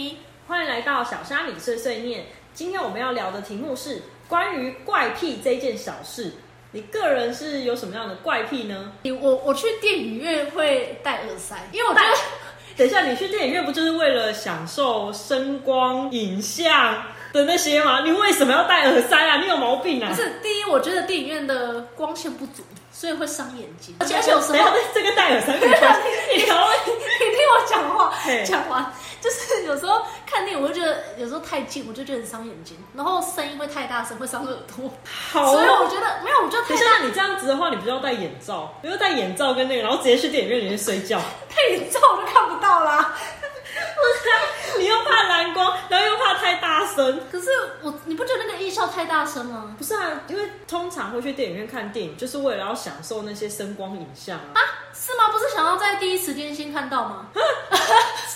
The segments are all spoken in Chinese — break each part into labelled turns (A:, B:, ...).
A: 迎来到小沙米碎碎念。今天我们要聊的题目是关于怪癖这件小事。你个人是有什么样的怪癖呢？
B: 我我去电影院会戴耳塞，因为我觉得
A: 等一下，你去电影院不就是为了享受声光影像的那些吗？你为什么要戴耳塞啊？你有毛病啊！
B: 不是第一，我觉得电影院的光线不足，所以会伤眼 睛，而且
A: 等一
B: 而且
A: 下，
B: 有时候
A: 等一下这个戴耳塞没关 系，你聊
B: 你听我讲话
A: 嘿，
B: 讲完就是有时候看电影，我就觉得有时候太近，我就觉得很伤眼睛，然后声音会太大声，会伤耳朵，
A: 好
B: 所以
A: 哦
B: 我。觉得没有，我觉得太
A: 等一下，你这样子的话，你不就要戴眼罩？你就戴眼罩跟那个，然后直接去电影院里面睡 觉。
B: 太眼罩我就看不到啦。
A: 你又怕蓝光，然后又怕太大声。
B: 可是我你不觉得那个音效太大声吗？
A: 不是啊，因为通常会去电影院看电影，就是为了要享受那些声光影像啊，
B: 是吗？不是想要在第一时间先看到吗？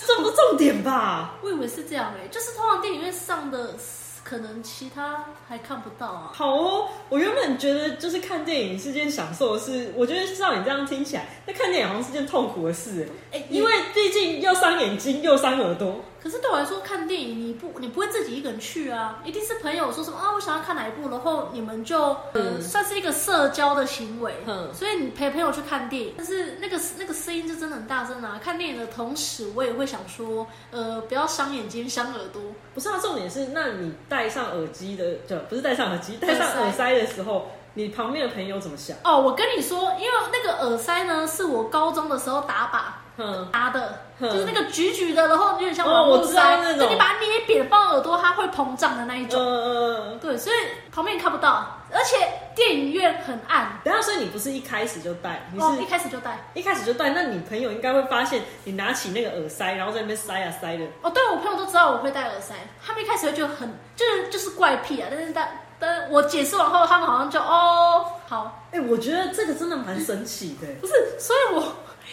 A: 这不是重点吧？
B: 我以为是这样哎、就是通常电影院上的，可能其他还看不到啊。
A: 好哦，我原本觉得就是看电影是件享受的事，我觉得照你这样听起来，那看电影好像是件痛苦的事，哎、因为毕竟又伤眼睛又伤耳朵。
B: 可是对我来说，看电影你不你不会自己一个人去啊，一定是朋友说什么啊，我想要看哪一部，然后你们就呃、
A: 嗯
B: 算是一个社交的行为，
A: 嗯
B: 所以你陪朋友去看电影，但是那个那个声音就真的很大声啊。看电影的同时，我也会想说，呃，不要伤眼睛、伤耳朵。
A: 不是啊，重点是，那你戴上耳机的，就不是戴上耳机，戴上
B: 耳塞
A: 耳塞的时候，你旁边的朋友怎么想？
B: 哦，我跟你说，因为那个耳塞呢，是我高中的时候打靶
A: 嗯，
B: 搭的，
A: 哼
B: 就是那个橘橘的，然后有点像
A: 哦
B: 网
A: 我
B: 络
A: 知
B: 塞，
A: 道那种
B: 就你把它捏扁放耳朵，它会膨胀的那一种。
A: 呃，
B: 对，所以旁边也看不到，而且电影院很暗，
A: 等一下，所以你不是一开始就戴，你是、
B: 哦，一开始就戴。
A: 一开始就戴，那你朋友应该会发现你拿起那个耳塞，然后在那边塞啊塞的。
B: 哦，对我朋友都知道我会戴耳塞，他们一开始会觉得很就是就是怪癖啊，但是但但我解释完后，他们好像就哦好，
A: 哎、我觉得这个真的蛮神奇的。
B: 不是，所以我。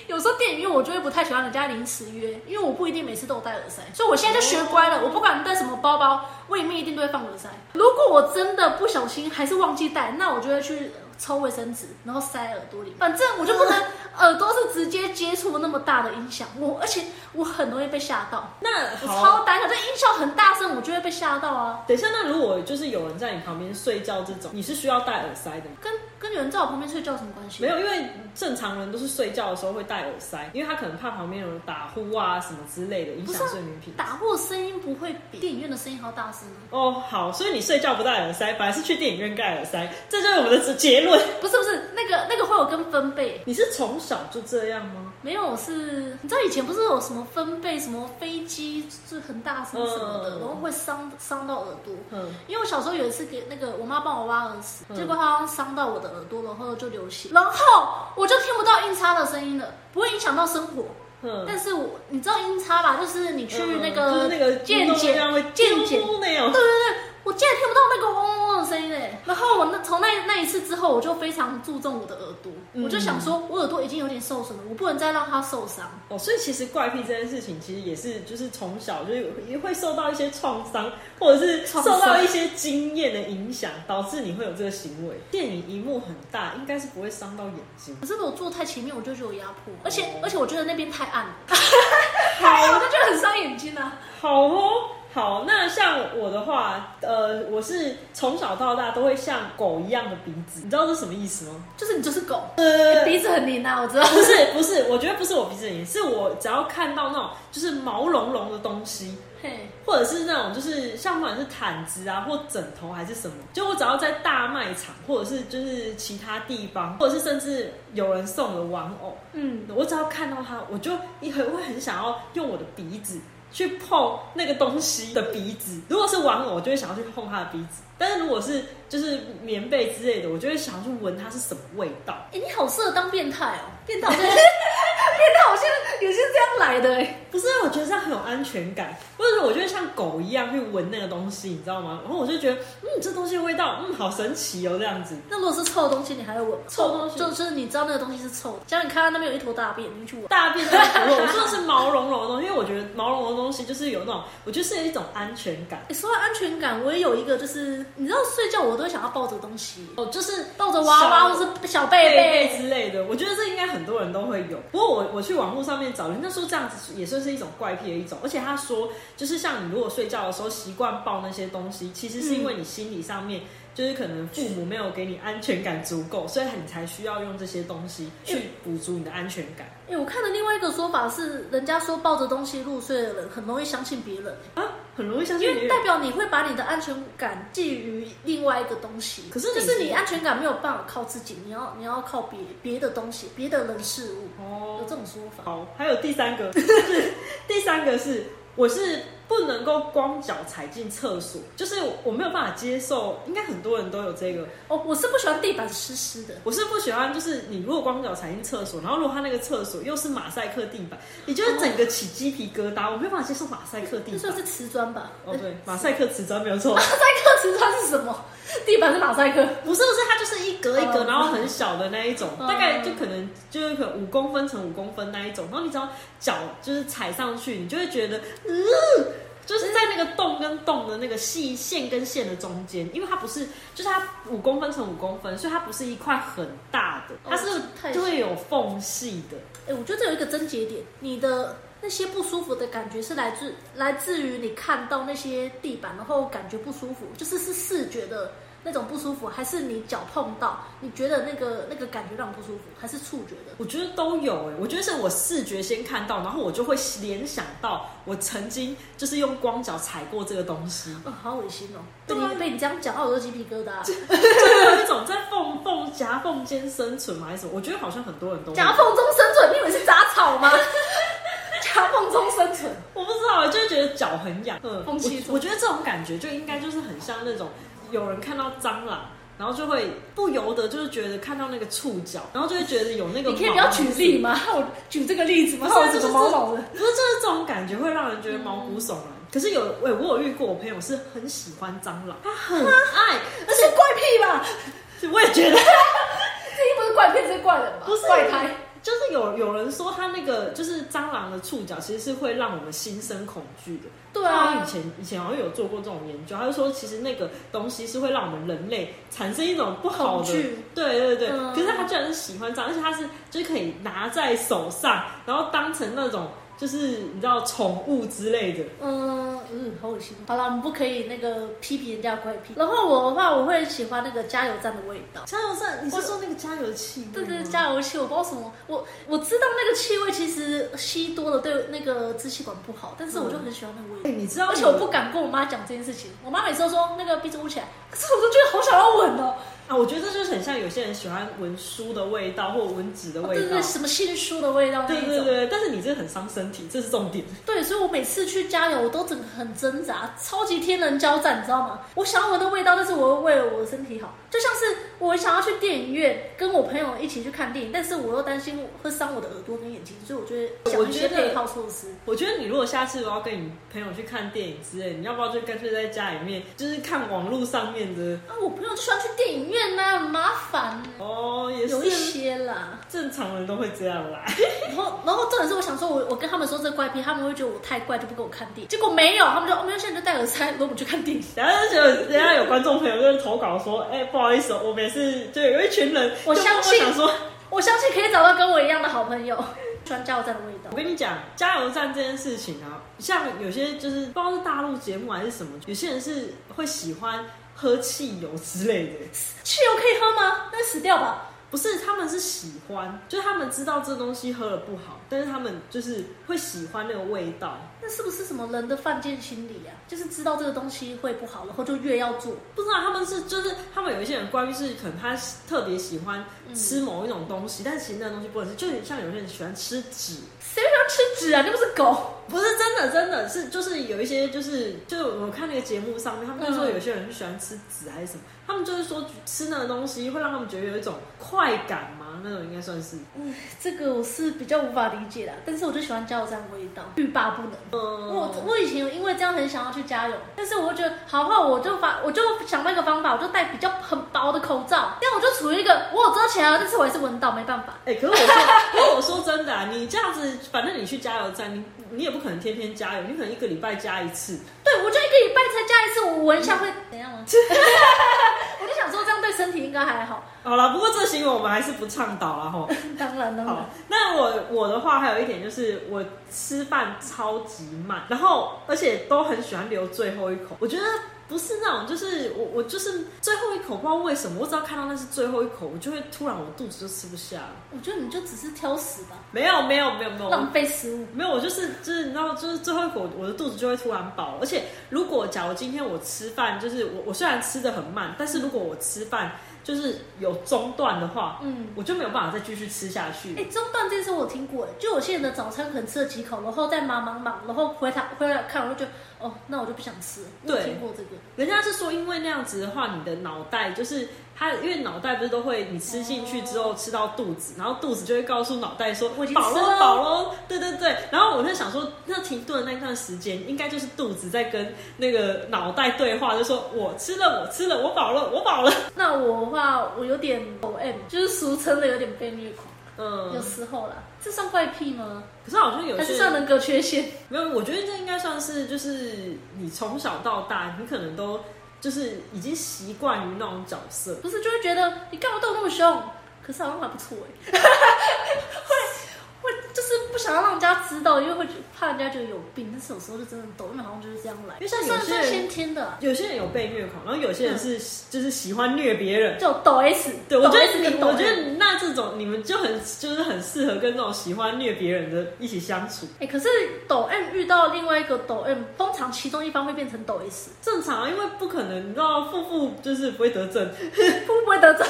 B: 有时候电影院我就会不太喜欢人家临时约，因为我不一定每次都有戴耳塞，所以我现在就学乖了。我不管带什么包包，我里面一定都会放耳塞。如果我真的不小心还是忘记带，那我就会去抽卫生纸，然后塞耳朵里。反正我就 不能耳朵是直接接触那么大的音响，我而且我很容易被吓到。
A: 那
B: 我
A: 好，
B: 超胆小，这音效很大声，我就会被吓到啊。
A: 等一下，那如果就是有人在你旁边睡觉这种，你是需要戴耳塞的吗？
B: 跟跟有人在我旁边睡觉有什么关系？
A: 没，有，因为正常人都是睡觉的时候会戴耳塞，因为他可能怕旁边有人打呼啊什么之类的影
B: 不
A: 响
B: 是啊
A: 睡眠品质。
B: 打呼的声音不会比电影院的声音还要大声啊。
A: 哦，好，所以你睡觉不戴耳塞，反而是去电影院戴耳塞，这就是我们的结论。
B: 不是不是，那个那个会有跟分贝，
A: 你是从小就这样吗？
B: 没有是，你知道以前不是有什么分贝，什么飞机就是很大声什么的，
A: 嗯
B: 然后会伤伤到耳朵。
A: 嗯，
B: 因为我小时候有一次给那个我妈帮我挖耳屎，
A: 嗯
B: 结果它好像伤到我的耳朵，然后就流血，然后我就听不到音叉的声音了，不会影响到生活。
A: 嗯
B: 但是我你知道音叉吧？就是你去那个、
A: 就是那个
B: 健
A: 运动
B: 检
A: 量会
B: 健检
A: 啾那样
B: 对对对，我竟然听不到那个嗡嗡嗡的声音嘞。然后我那从那那一次之后，我就非常注重我的耳朵，
A: 嗯
B: 我就想说，我耳朵已经有点受损了，我不能再让它受伤。
A: 哦，所以其实怪癖这件事情，其实也是就是从小就是也会受到一些创伤，或者是受
B: 创伤
A: 到一些经验的影响，导致你会有这个行为。电影荧幕很大，应该是不会伤到眼睛。
B: 可是如果坐太前面，我就觉得有压迫，而且
A: 哦
B: 而且我觉得那边太暗了，
A: 好
B: 我就觉得很伤眼睛啊。
A: 好哦，好。那像我的话，呃，我是从小到大都会像狗一样的鼻子，你知道这是什么意思吗？
B: 就是你就是狗，
A: 呃
B: 鼻子很灵啊，我知道。
A: 不是不是，我觉得不是我鼻子的原因，是我只要看到那种就是毛茸茸的东西，
B: 嘿，
A: 或者是那种就是像不管是毯子啊或枕头还是什么，就我只要在大卖场或者是就是其他地方，或者是甚至有人送的玩偶，
B: 嗯，
A: 我只要看到它，我就也很会很想要用我的鼻子。去碰那个东西的鼻子，如果是玩偶，我就会想要去碰它的鼻子；但是如果是就是棉被之类的，我就会想要去闻它是什么味道。
B: 哎、你好适合当变态哦，变态好像变态好像也是这样来的哎、
A: 不是，我觉得这样很有安全感，或者是我觉得像狗一样去闻那个东西，你知道吗？然后我就觉得，嗯，这东西的味道，嗯，好神奇哦，这样子。
B: 那如果是臭的东西，你还会闻吗？
A: 臭的东西
B: 就就是你知道那个东西是臭的，像你看到那边有一坨大便，你就去闻。
A: 大便都不我说的是毛茸茸的东西，因为我觉得毛茸茸的东西就是有那种，我觉得是一种安全感。
B: 欸说到安全感，我也有一个，就是你知道睡觉我都会想要抱着东西，
A: 哦，就是
B: 抱着娃娃
A: 小
B: 或是小
A: 贝
B: 贝
A: 贝
B: 贝。
A: 之类的，我觉得这应该很多人都会有。不过我我我去网络上面找，人家说这样子也算是一种怪癖的一种，而且他说，就是像你如果睡觉的时候习惯抱那些东西，其实是因为你心理上面、就是可能父母没有给你安全感足够，所以你才需要用这些东西去补足你的安全感。
B: 哎、我看的另外一个说法是，人家说抱着东西入睡的人很容易相信别人，
A: 很容易相
B: 因
A: 信别
B: 为
A: 人
B: 代表你会把你的安全感寄于另外一个东西。
A: 可是你
B: 就是你安全感没有办法靠自己，你要你要靠别别的东西、别的人事物，有
A: 哦
B: 这。种说法。
A: 好，还有第三个，就是第三个是我是不能够光脚踩进厕所，就是我我没有办法接受，应该很多人都有这个，
B: 哦，我是不喜欢地板湿湿的，
A: 我是不喜欢，就是你如果光脚踩进厕所，然后如果他那个厕所又是马赛克地板，你就会整个起鸡皮疙瘩，我没有办法接受马赛克地
B: 那算
A: 板。
B: 是瓷砖吧？
A: 哦，对，马赛克瓷砖没有错
B: 马，赛克瓷砖是什么？地板是马赛克。
A: 不是不是，它就是一格一哦格，
B: 嗯
A: 然后很小的那一种，
B: 嗯
A: 大概就可能就是可能五公分乘五公分那一种，然后你只要脚就是踩上去，你就会觉得，嗯，就是在那个洞跟洞的那个细线跟线的中间，因为它不是，就是它五公分乘五公分，所以它不是一块很大的，它是
B: 哦太
A: 就会有缝隙的。
B: 哎、我觉得这有一个症结点，你的那些不舒服的感觉是来自来自于你看到那些地板，然后感觉不舒服，就是是视觉的那种不舒服，还是你脚碰到，你觉得那个那个感觉让你不舒服，还是触觉的？
A: 我觉得都有诶、我觉得是我视觉先看到，然后我就会联想到我曾经就是用光脚踩过这个东西，
B: 哦，好恶心哦！被
A: 对
B: 你
A: 啊
B: 被你这样讲，哦到我都鸡皮疙瘩。
A: 就有一种在缝缝夹缝间生存嘛，还是什么？我觉得好像很多人都会
B: 夹缝中生存，你以为是杂草 吗？夹缝中生存，
A: 我不知道，欸就会觉得脚很痒。嗯，
B: 缝隙中
A: 我我觉得这种感觉就应该就是很像那种有人看到蟑螂。然后就会不由得就是觉得看到那个触角，然后就会觉得有啊那个。
B: 你可以不要举例？吗？我举这个例子吗？
A: 不是啊
B: 我整个毛毛的。嗯
A: 不是，就是这种感觉会让人觉得毛骨悚然。可是有，喂、我有遇过我朋友是很喜欢蟑螂， 他很爱，
B: 那是怪癖吧？
A: 我也觉得。
B: 这 又不是怪癖，这是怪人吧？
A: 不是啊
B: 怪胎。
A: 就是有有人说他那个就是蟑螂的触角，其实是会让我们心生恐惧的。
B: 对啊
A: 他以前以前好像有做过这种研究，他就说其实那个东西是会让我们人类产生一种不好的
B: 恐惧，
A: 对对对。
B: 嗯
A: 可是他居然是喜欢蟑螂，而且他是就是可以拿在手上，然后当成那种就是你知道宠物之类的。
B: 嗯嗯，好恶心。好了，我们不可以那个批评人家的怪癖。然后我的话，我会喜欢那个加油站的味道。
A: 加油站，你是说那个加油器？
B: 对对，。加油气，我不知道什么，我我知道那个气味其实吸多了对那个支气管不好，但是我就很喜欢那个味道。
A: 哎、你知道有？
B: 而且我不敢跟我妈讲这件事情，我妈每次都说那个鼻子捂起来，可是我都觉得好想要闻哦。
A: 啊，我觉得这就是很像有些人喜欢闻书的味道或闻纸的味道。
B: 哦对对对，什么杏树的味道那
A: 对
B: 一种。
A: 对对，但是你这很伤身体，这是重点。
B: 对，所以我每次去加油，我都整个很挣扎，超级天人交战，你知道吗？我想要闻的味道，但是我又为了我的身体好，就像是我想要去电影院跟我朋友一起去看电影，但是我又担心会伤我的耳朵跟眼睛，所以我就会想一些
A: 我觉得
B: 配套措施。
A: 我觉得你如果下次我要跟你朋友去看电影之类，你要不要就干脆在家里面，就是看网络上面的
B: 啊，我朋友就喜欢去电影院呐、很麻烦。
A: 哦，也
B: 有一
A: 是
B: 些啦，
A: 正常人都会这样啦。
B: 然后然后重点是我想说我，我跟他们说这怪癖，他们会觉得我太怪，就不跟我看电影。结果没有，他们就哦，没有，现在你就戴耳塞，然后我们去看电影。
A: 然后就觉得人家有观众朋友就是投稿说，哎、不好意思哦，我每次就有一群人，
B: 我
A: 就
B: 相信
A: 想说，
B: 我相信可以找到跟我一样的好朋友，喜欢加油站的味道
A: 我。跟你讲，加油站这件事情啊，像有些就是不知道是大陆节目还是什么，有些人是会喜欢喝汽油之类的。
B: 汽油可以喝吗？那死掉吧。
A: 不是，他们是喜欢，就是他们知道这东西喝了不好，但是他们就是会喜欢那个味道。
B: 那是不是什么人的犯贱心理啊？就是知道这个东西会不好，然后就越要做。
A: 不知道他们是就是他们有一些人关于是可能他特别喜欢吃某一种东西，但其实那东西不能吃，就像有些人喜欢吃纸，
B: 谁会要吃纸啊？你又不是狗。
A: 不是真的真的是就是有一些就是就我看那个节目上面，他们就说
B: 嗯
A: 有些人喜欢吃纸还是什么，他们就是说吃那个东西会让他们觉得有一种快感嘛，那种应该算是。
B: 这个我是比较无法理解的，但是我就喜欢加油站的味道，欲罢不能。我
A: 嗯，
B: 我以前有因为这样很想要去加油，但是我会觉得好话我就发我就想那个方法，我就戴比较很薄的口罩，这样我就处于一个我有遮起来啊，但是我还是闻到，没办法。
A: 哎、可是我说， 可是我说真的、啊，你这样子，反正你去加油站，你你也不可能天天加油，你可能一个礼拜加一次。
B: 对，我啊 就一个礼拜才加一次，我闻一下会怎样吗？我就想说这样对身体应该还好好。
A: 好了，不过这个行为我们还是不倡导了吼。
B: 当然，当然
A: 好。，那我我的话还有一点就是，我吃饭超级慢，然后而且都很喜欢留最后一口。我觉得不是那种，就是我我就是最后一口，不知道为什么，我只要看到那是最后一口，我就会突然我肚子就吃不下了。
B: 我觉得你就只是挑食吧，
A: 没有没有没有没有，
B: 浪费食物。
A: 没有，我就是就是你知道，就是最后一口我的肚子就会突然饱，而且如果假如今天我吃饭，就是我我虽然吃的很慢，但是如果我吃饭就是有中断的话，
B: 嗯，
A: 我就没有办法再继续吃下去。
B: 哎、中断这件事我听过，就有些人的早餐可能吃了几口，然后再忙忙忙，然后回来回来看，我就觉得哦，那我就不想吃。我有
A: 对
B: 听过这个，
A: 人家是说，因为那样子的话，你的脑袋就是它，因为脑袋不是都会你吃进去之后吃到肚子，然后肚子就会告诉脑袋说
B: 我已经
A: 饱
B: 吃
A: 喽
B: 了
A: 饱喽，对对对。然后我就想说，那停顿的那段时间，应该就是肚子在跟那个脑袋对话，就说我吃了，我吃了，我饱了，我饱了。
B: 那我的话，我有点 O M，就是俗称的有点被虐狂，有
A: 嗯，
B: 时候啦，这算怪癖吗？
A: 可是好像有
B: 还
A: 些
B: 是算人格缺陷？
A: 没有，我觉得这应该算是就是你从小到大，你可能都就是已经习惯于那种角色。
B: 不是，就会觉得你干嘛对我那么凶？可是好像还不错哎、 会会就是不想要让人家知道，因为会觉得怕人家觉得有病。但是有时候就真的懂，因为好像就是这样来，
A: 因为像有
B: 算
A: 些
B: 算
A: 人
B: 先天的啊、
A: 有些人有被虐狂，然后有些人是、就是喜欢虐别人。
B: 就抖 S，
A: 对，我觉
B: 抖
A: 得
B: S
A: 你
B: 跟，抖
A: 我
B: M
A: 觉得那这种你们就很就是很适合跟这种喜欢虐别人的一起相处。
B: 哎、可是抖 M 遇到另外一个抖 M，通常其中一方会变成抖 S，
A: 正常啊，因为不可能，你知道，负负就是不会得正，
B: 会不会得罪？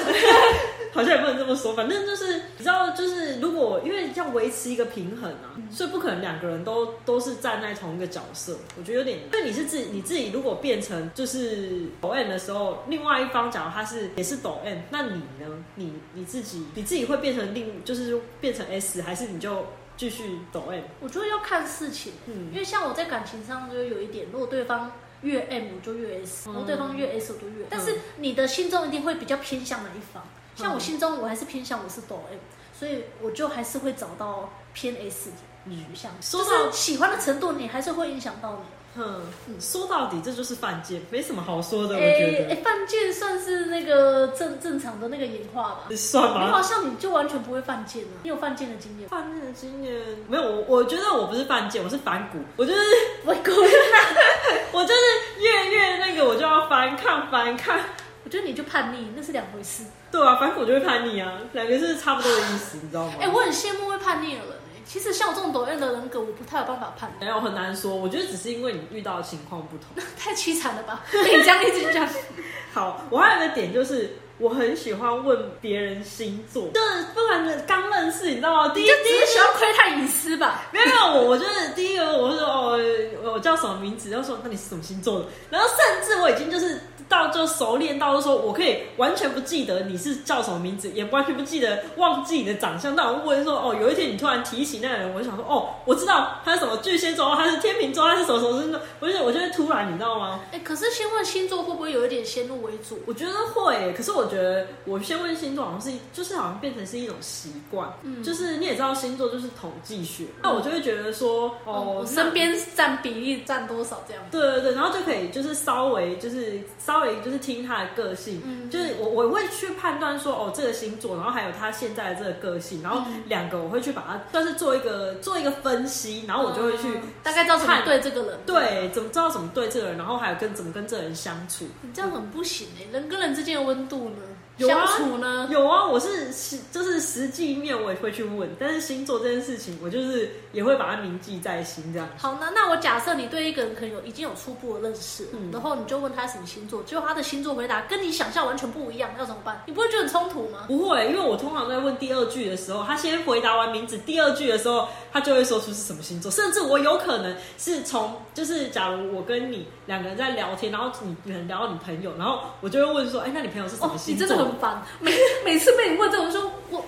A: 好像也不能这么说。反正就是你知道，就是如果因为要维持一个平衡啊，所以不可能两个人都都是站在同一个角色。我觉得有点，因为你是自己你自己如果变成就是抖 M 的时候，另外一方假如他是也是抖 M，那你呢？你你自己你自己会变成另就是变成 S，还是你就继续抖 M？
B: 我觉得要看事情，
A: 嗯
B: 因为像我在感情上就有一点，如果对方越 M 我就越 S，
A: 嗯
B: 然后对方越 S 我就越 S，、但是你的心中一定会比较偏向哪一方？
A: 嗯
B: 像我心中我还是偏向我是抖 M，所以我就还是会找到偏 S 的取向，
A: 说
B: 就
A: 到
B: 是喜欢的程度，你还是会影响到你。
A: 哼，
B: 嗯
A: 说到底这就是犯贱，没什么好说的，我
B: 诶
A: 觉
B: 诶，犯贱算是那个正正常的那个演化吧
A: 得。算
B: 你
A: 吗？
B: 好像你就完全不会犯贱啊，你有犯贱的经验吗？
A: 犯贱的经验没有，我我觉得我不是犯贱，我是反骨，我就是
B: 我故意
A: 我就是越越那个我就要翻看翻看，
B: 我觉得你就叛逆，那是两回事。
A: 对啊，反骨就会叛逆啊，两个是差不多的意思，你知道吗？
B: 哎、我很羡慕会叛逆的人、欸。其实像我这种抖 M 的人格，我不太有办法叛逆，
A: 没有很难说，我觉得只是因为你遇到的情况不同。
B: 太凄惨了 吧？被你这样一直讲，
A: 好，我还有一个点就是，我很喜欢问别人星座，就是不然刚认识，你知道吗？第
B: 你
A: 一
B: 就
A: 第
B: 只
A: 一
B: 是喜欢窥探隐私吧？
A: 没有没有，我我就是第一个，我说哦，我我叫什么名字？然后说那你是什么星座的？然后甚至我已经就是到就熟练到就说我可以完全不记得你是叫什么名字，也完全不记得忘记你的长相。那我问说哦，有一天你突然提起那个人，我就想说哦，我知道他是什么巨蟹座，哦他是天秤座，他是什么什么星座？我就我就会突然你知道吗？
B: 哎、可是先问星座会不会有一点先入为主？
A: 我觉得会耶，可是我觉得我先问星座，好像是就是好像变成是一种习惯，
B: 嗯
A: 就是你也知道星座就是统计学，那我就会觉得说
B: 哦，
A: 哦，
B: 我
A: 那
B: 身边占比例占多少这样？
A: 对对对，然后就可以就是稍微就是稍微就是听他的个性，
B: 嗯
A: 就是我我会去判断说哦这个星座，然后还有他现在的这个个性，然后
B: 嗯
A: 两个我会去把它算是做一个做一个分析，然后我就会去、
B: 嗯大概知道怎么
A: 看
B: 对这个人。，
A: 对怎么知道怎么对这个人，然后还有跟怎么跟这个人相处。
B: 你这样很不行哎、人跟人之间的温度呢？
A: 有啊
B: 相处呢？
A: 有啊，我是实就是实际面我也会去问，但是星座这件事情我就是也会把它铭记在心这样。
B: 好，那那我假设你对一个人可能有已经有初步的认识了，
A: 嗯
B: 然后你就问他什么星座，结果他的星座回答跟你想象完全不一样，要怎么办？你不会觉得很冲突吗？
A: 不会，因为我通常在问第二句的时候，他先回答完名字，第二句的时候，他就会说出是什么星座。甚至我有可能是从，就是假如我跟你两个人在聊天，然后你你可能聊到你朋友，然后我就会问说，哎，那你朋友是什
B: 哦
A: 么，
B: 你
A: 星
B: 真
A: 座？
B: 的很烦，每 每次被你问这种，我说我，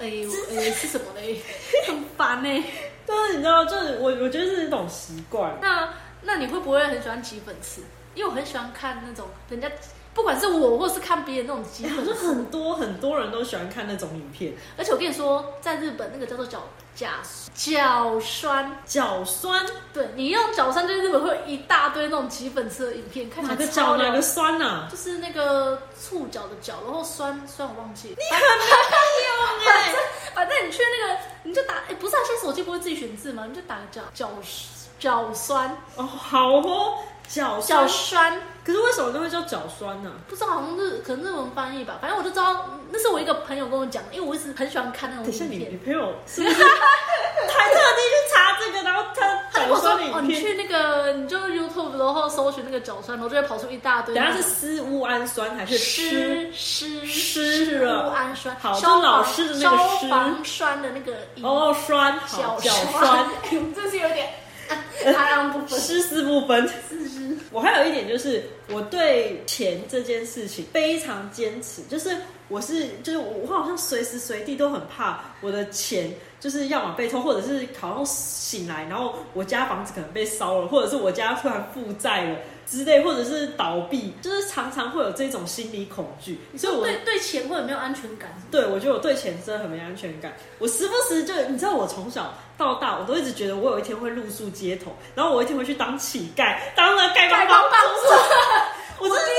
B: 哎、 我哎、是什么嘞？很烦呢、欸
A: 就是你知道，就是我我觉得是一种习惯。
B: 那那你会不会很喜欢挤粉刺？因为我很喜欢看那种人家，不管是我或是看别人那种挤
A: 我
B: 粉
A: 觉得
B: 刺，
A: 很多很多人都喜欢看那种影片，
B: 而且我跟你说，在日本那个叫做脚甲角酸。
A: 脚酸，
B: 对你用角酸，就是日本会有一大堆那种挤粉刺的影片，看起
A: 哪个
B: 来超
A: 脚哪
B: 凉
A: 个酸呐、啊？
B: 就是那个触角的角，然后酸酸我忘记了。
A: 哎
B: 反正你去那个，你就打，哎、不是、啊，现在手机不会自己选字吗？你就打个角角角酸
A: 哦，好哦，脚
B: 角
A: 酸。
B: 酸，
A: 可是为什么都会叫脚酸呢、
B: 不知道好像是可能日文翻译吧，反正我就知道那是我一个朋友跟我讲，因为我一直很喜欢看那种
A: 等一下，
B: 影
A: 你
B: 片
A: 女。朋 友是不是还特地去查这个，然后他
B: 他跟
A: 脚
B: 我说
A: 酸的：“
B: 哦，
A: 影
B: 你
A: 片？
B: 去那个，你就 YouTube，然后搜寻那个角酸，然后就会跑出一大堆。
A: 等一下是丝乌氨酸还是湿？
B: 湿湿
A: 湿
B: 湿
A: 了
B: 物氨酸，
A: 好
B: 消
A: 就老
B: 防
A: 师的那
B: 消
A: 个湿
B: 防栓的那个饮
A: 哦，酸，好
B: 角
A: 脚
B: 酸，
A: 酸，
B: 哎 这是有点阿郎不分。
A: 湿湿不分。我还有一点就是，我对钱这件事情非常坚持，就是我是就是我好像随时随地都很怕我的钱。就是要么被偷，或者是好像醒来，然后我家房子可能被烧了，或者是我家突然负债了之类，或者是倒闭，就是常常会有这种心理恐惧。所以我
B: 对对钱会有没有安全感？
A: 对，我觉得我对钱真的很没安全感。我时不时就，你知道，我从小到大，我都一直觉得我有一天会露宿街头，然后我有一天会去当乞丐，当了丐
B: 丐
A: 帮
B: 帮
A: 帮。
B: 帮主，
A: 我真的是，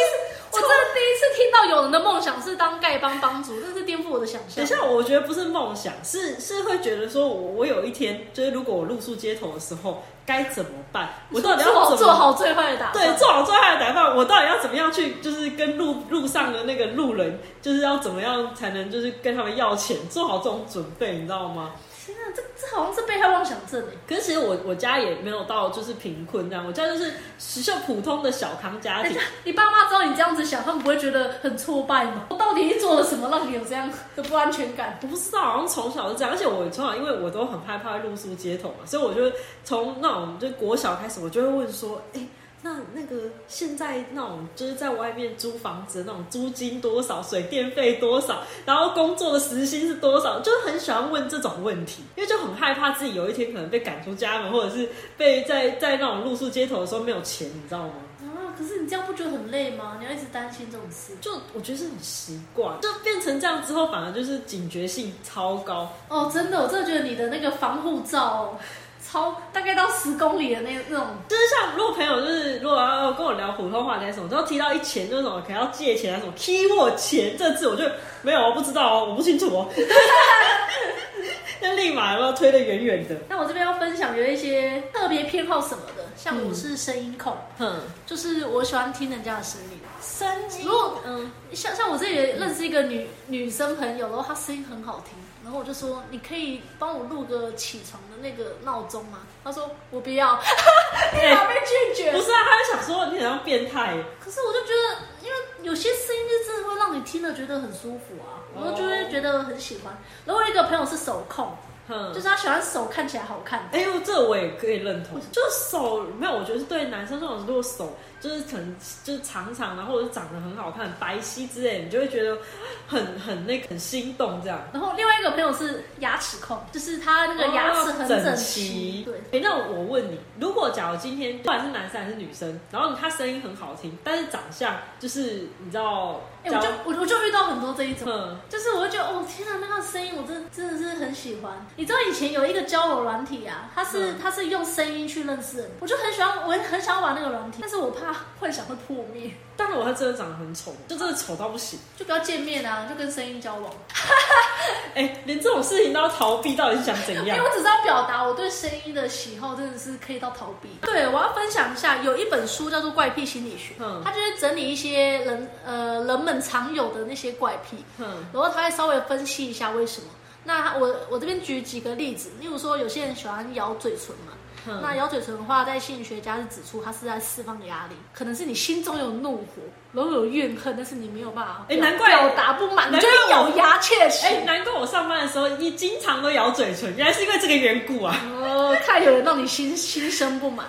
B: 我真的第一次听到有人的梦想是当丐帮帮主，真是颠覆我的想
A: 等
B: 象
A: 一。下，我觉得不是梦想，是是会觉得说我，我有一天，就是如果我露宿街头的时候，该怎么办？我到底要
B: 做好
A: 怎么
B: 做好最坏的打算
A: 对，做好做坏的打扮，我到底要怎么样去，就是跟路路上的那个路人，就是要怎么样才能，就是跟他们要钱，做好这种准备，你知道吗？
B: 天啊，这这好像是被害妄想症哎。
A: 可是其实我我家也没有到就是贫困这样，我家就是就普通的小康家
B: 等一
A: 庭
B: 下。，啊你爸妈知道你这样子想，他们不会觉得很挫败吗？我到底做了什么让你有这样的不安全感？
A: 我不知道，好像从小就这样，而且我从小因为我都很害怕露宿街头嘛，所以我就从那种就国小开始，我就会问说，哎、那那个现在那种就是在外面租房子的那种租金多少，水电费多少，然后工作的时薪是多少，就是很喜欢问这种问题，因为就很害怕自己有一天可能被赶出家门，或者是被在在那种露宿街头的时候没有钱，你知道吗？
B: 啊，可是你这样不觉得很累吗？你要一直担心这种事。
A: 就我觉得是很习惯，就变成这样之后，反而就是警觉性超高。
B: 哦，真的，我真的觉得你的那个防护罩、哦，超大概到十公里的那那种，
A: 就是像如果朋友就是如果要跟我聊普通话那种，然后提到一钱就是什么可能要借钱啊什么 key 我钱这字，我就没有我不知道哦，我不清楚哦。那立马要推得远远的，
B: 那我这边要分享有一些特别偏好什么的，像我是声音控，
A: 哼，
B: 就是我喜欢听人家的声音。
A: 生机
B: 如果
A: 嗯，
B: 像像我这里也认识一个女女生朋友，然后她声音很好听，然后我就说你可以帮我录个起床的那个闹钟吗？她说我不要，立马被拒绝。
A: 不是啊，他就想说你好像变态耶，
B: 可是我就觉得，因为有些声音就真的会让你听了觉得很舒服啊，然后就会觉得很喜欢。然后我有一个朋友是手控，
A: 哼，
B: 就是他喜欢手看起来好看。
A: 哎呦，这我也可以认同。就手没有，我觉得是对男生这种，如果手就是可能就是长长的，或者是长得很好看、白皙之类的，你就会觉得很很那个很心动这样。
B: 然后另外一个朋友是牙齿控，就是他那个牙齿很整
A: 哦整
B: 齐，对，
A: 哎、那我问你，如果假如今天不管是男生还是女生，然后他声音很好听，但是长相就是你知道，
B: 哎、
A: 假
B: 我就
A: 如
B: 我我就遇到很多这一种，
A: 嗯，
B: 就是我会觉得哦天啊，那个声音我真的真的是很喜欢。你知道以前有一个交友软体啊，它是、
A: 嗯
B: 它是用声音去认识人，我就很喜欢，我很想要玩那个软体，但是我怕幻想会破灭，
A: 但是我他真的长得很丑，就真的丑到不行。
B: 就不要见面啊，就跟声音交往。
A: 哎、连这种事情都要逃避，到底是想怎
B: 因
A: 样
B: 为？我只是要表达我对声音的喜好，真的是可以到逃避。对，我要分享一下，有一本书叫做《怪癖心理学》，
A: 嗯
B: 它就是整理一些人呃人们常有的那些怪癖，
A: 哼
B: 然后它会稍微分析一下为什么。那它我我这边举几个例子，例如说有些人喜欢咬嘴唇嘛，
A: 哼，
B: 那咬嘴唇的话，在心理学家是指出它是在释放压力，可能是你心中有怒火，然后有怨恨，但是你没有办法
A: 哎
B: 表，
A: 难怪
B: 表达不满，你
A: 难
B: 就
A: 怪
B: 会咬牙切齿。
A: 哎、难怪我上班的时候你经常都咬嘴唇，原来是因为这个缘故啊。
B: 哦，看有人让你心心生不满，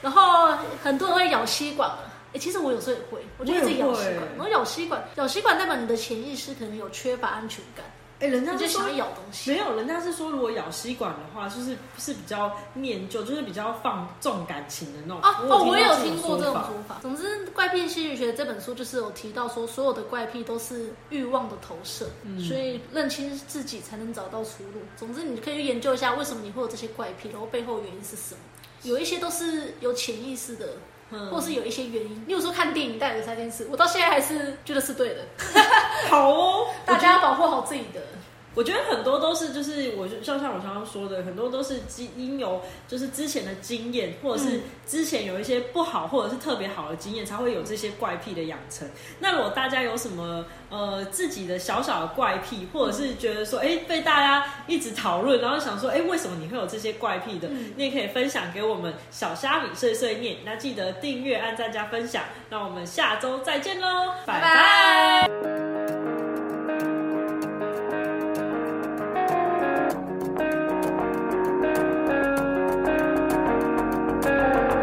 B: 然后很多人会咬吸管。哎，其实我有时候也会，我就一直咬吸
A: 我也
B: 管
A: 会。
B: 然后咬吸管，咬吸管代表你的潜意识可能有缺乏安全感，
A: 哎、人家
B: 你就是想
A: 说
B: 要咬东西。
A: 没有，人家是说如果咬吸管的话，就是是比较念旧，就是比较放重感情的那种。
B: 哦哦，我有听过
A: 过
B: 这
A: 种
B: 种
A: 法
B: 说法。总之，《怪癖心理学》这本书就是有提到说，所有的怪癖都是欲望的投射，所以认清自己才能找到出路。总之，你可以去研究一下为什么你会有这些怪癖，然后背后原因是什么。有一些都是有潜意识的，
A: 嗯
B: 或是有一些原因。例如说看电影戴耳塞这件事，我到现在还是觉得是对的。
A: 好哦，
B: 大家要保护好自己的。
A: 我觉得很多都是就是我就像像我刚刚说的，很多都是基因有就是之前的经验，或者是
B: 嗯
A: 之前有一些不好或者是特别好的经验，才会有这些怪癖的养成。那如果大家有什么呃自己的小小的怪癖，或者是觉得说哎、诶被大家一直讨论，然后想说哎、诶为什么你会有这些怪癖的，
B: 嗯
A: 你也可以分享给我们小虾米碎碎念。那记得订阅、按赞、加分享。那我们下周再见喽，拜
B: 拜拜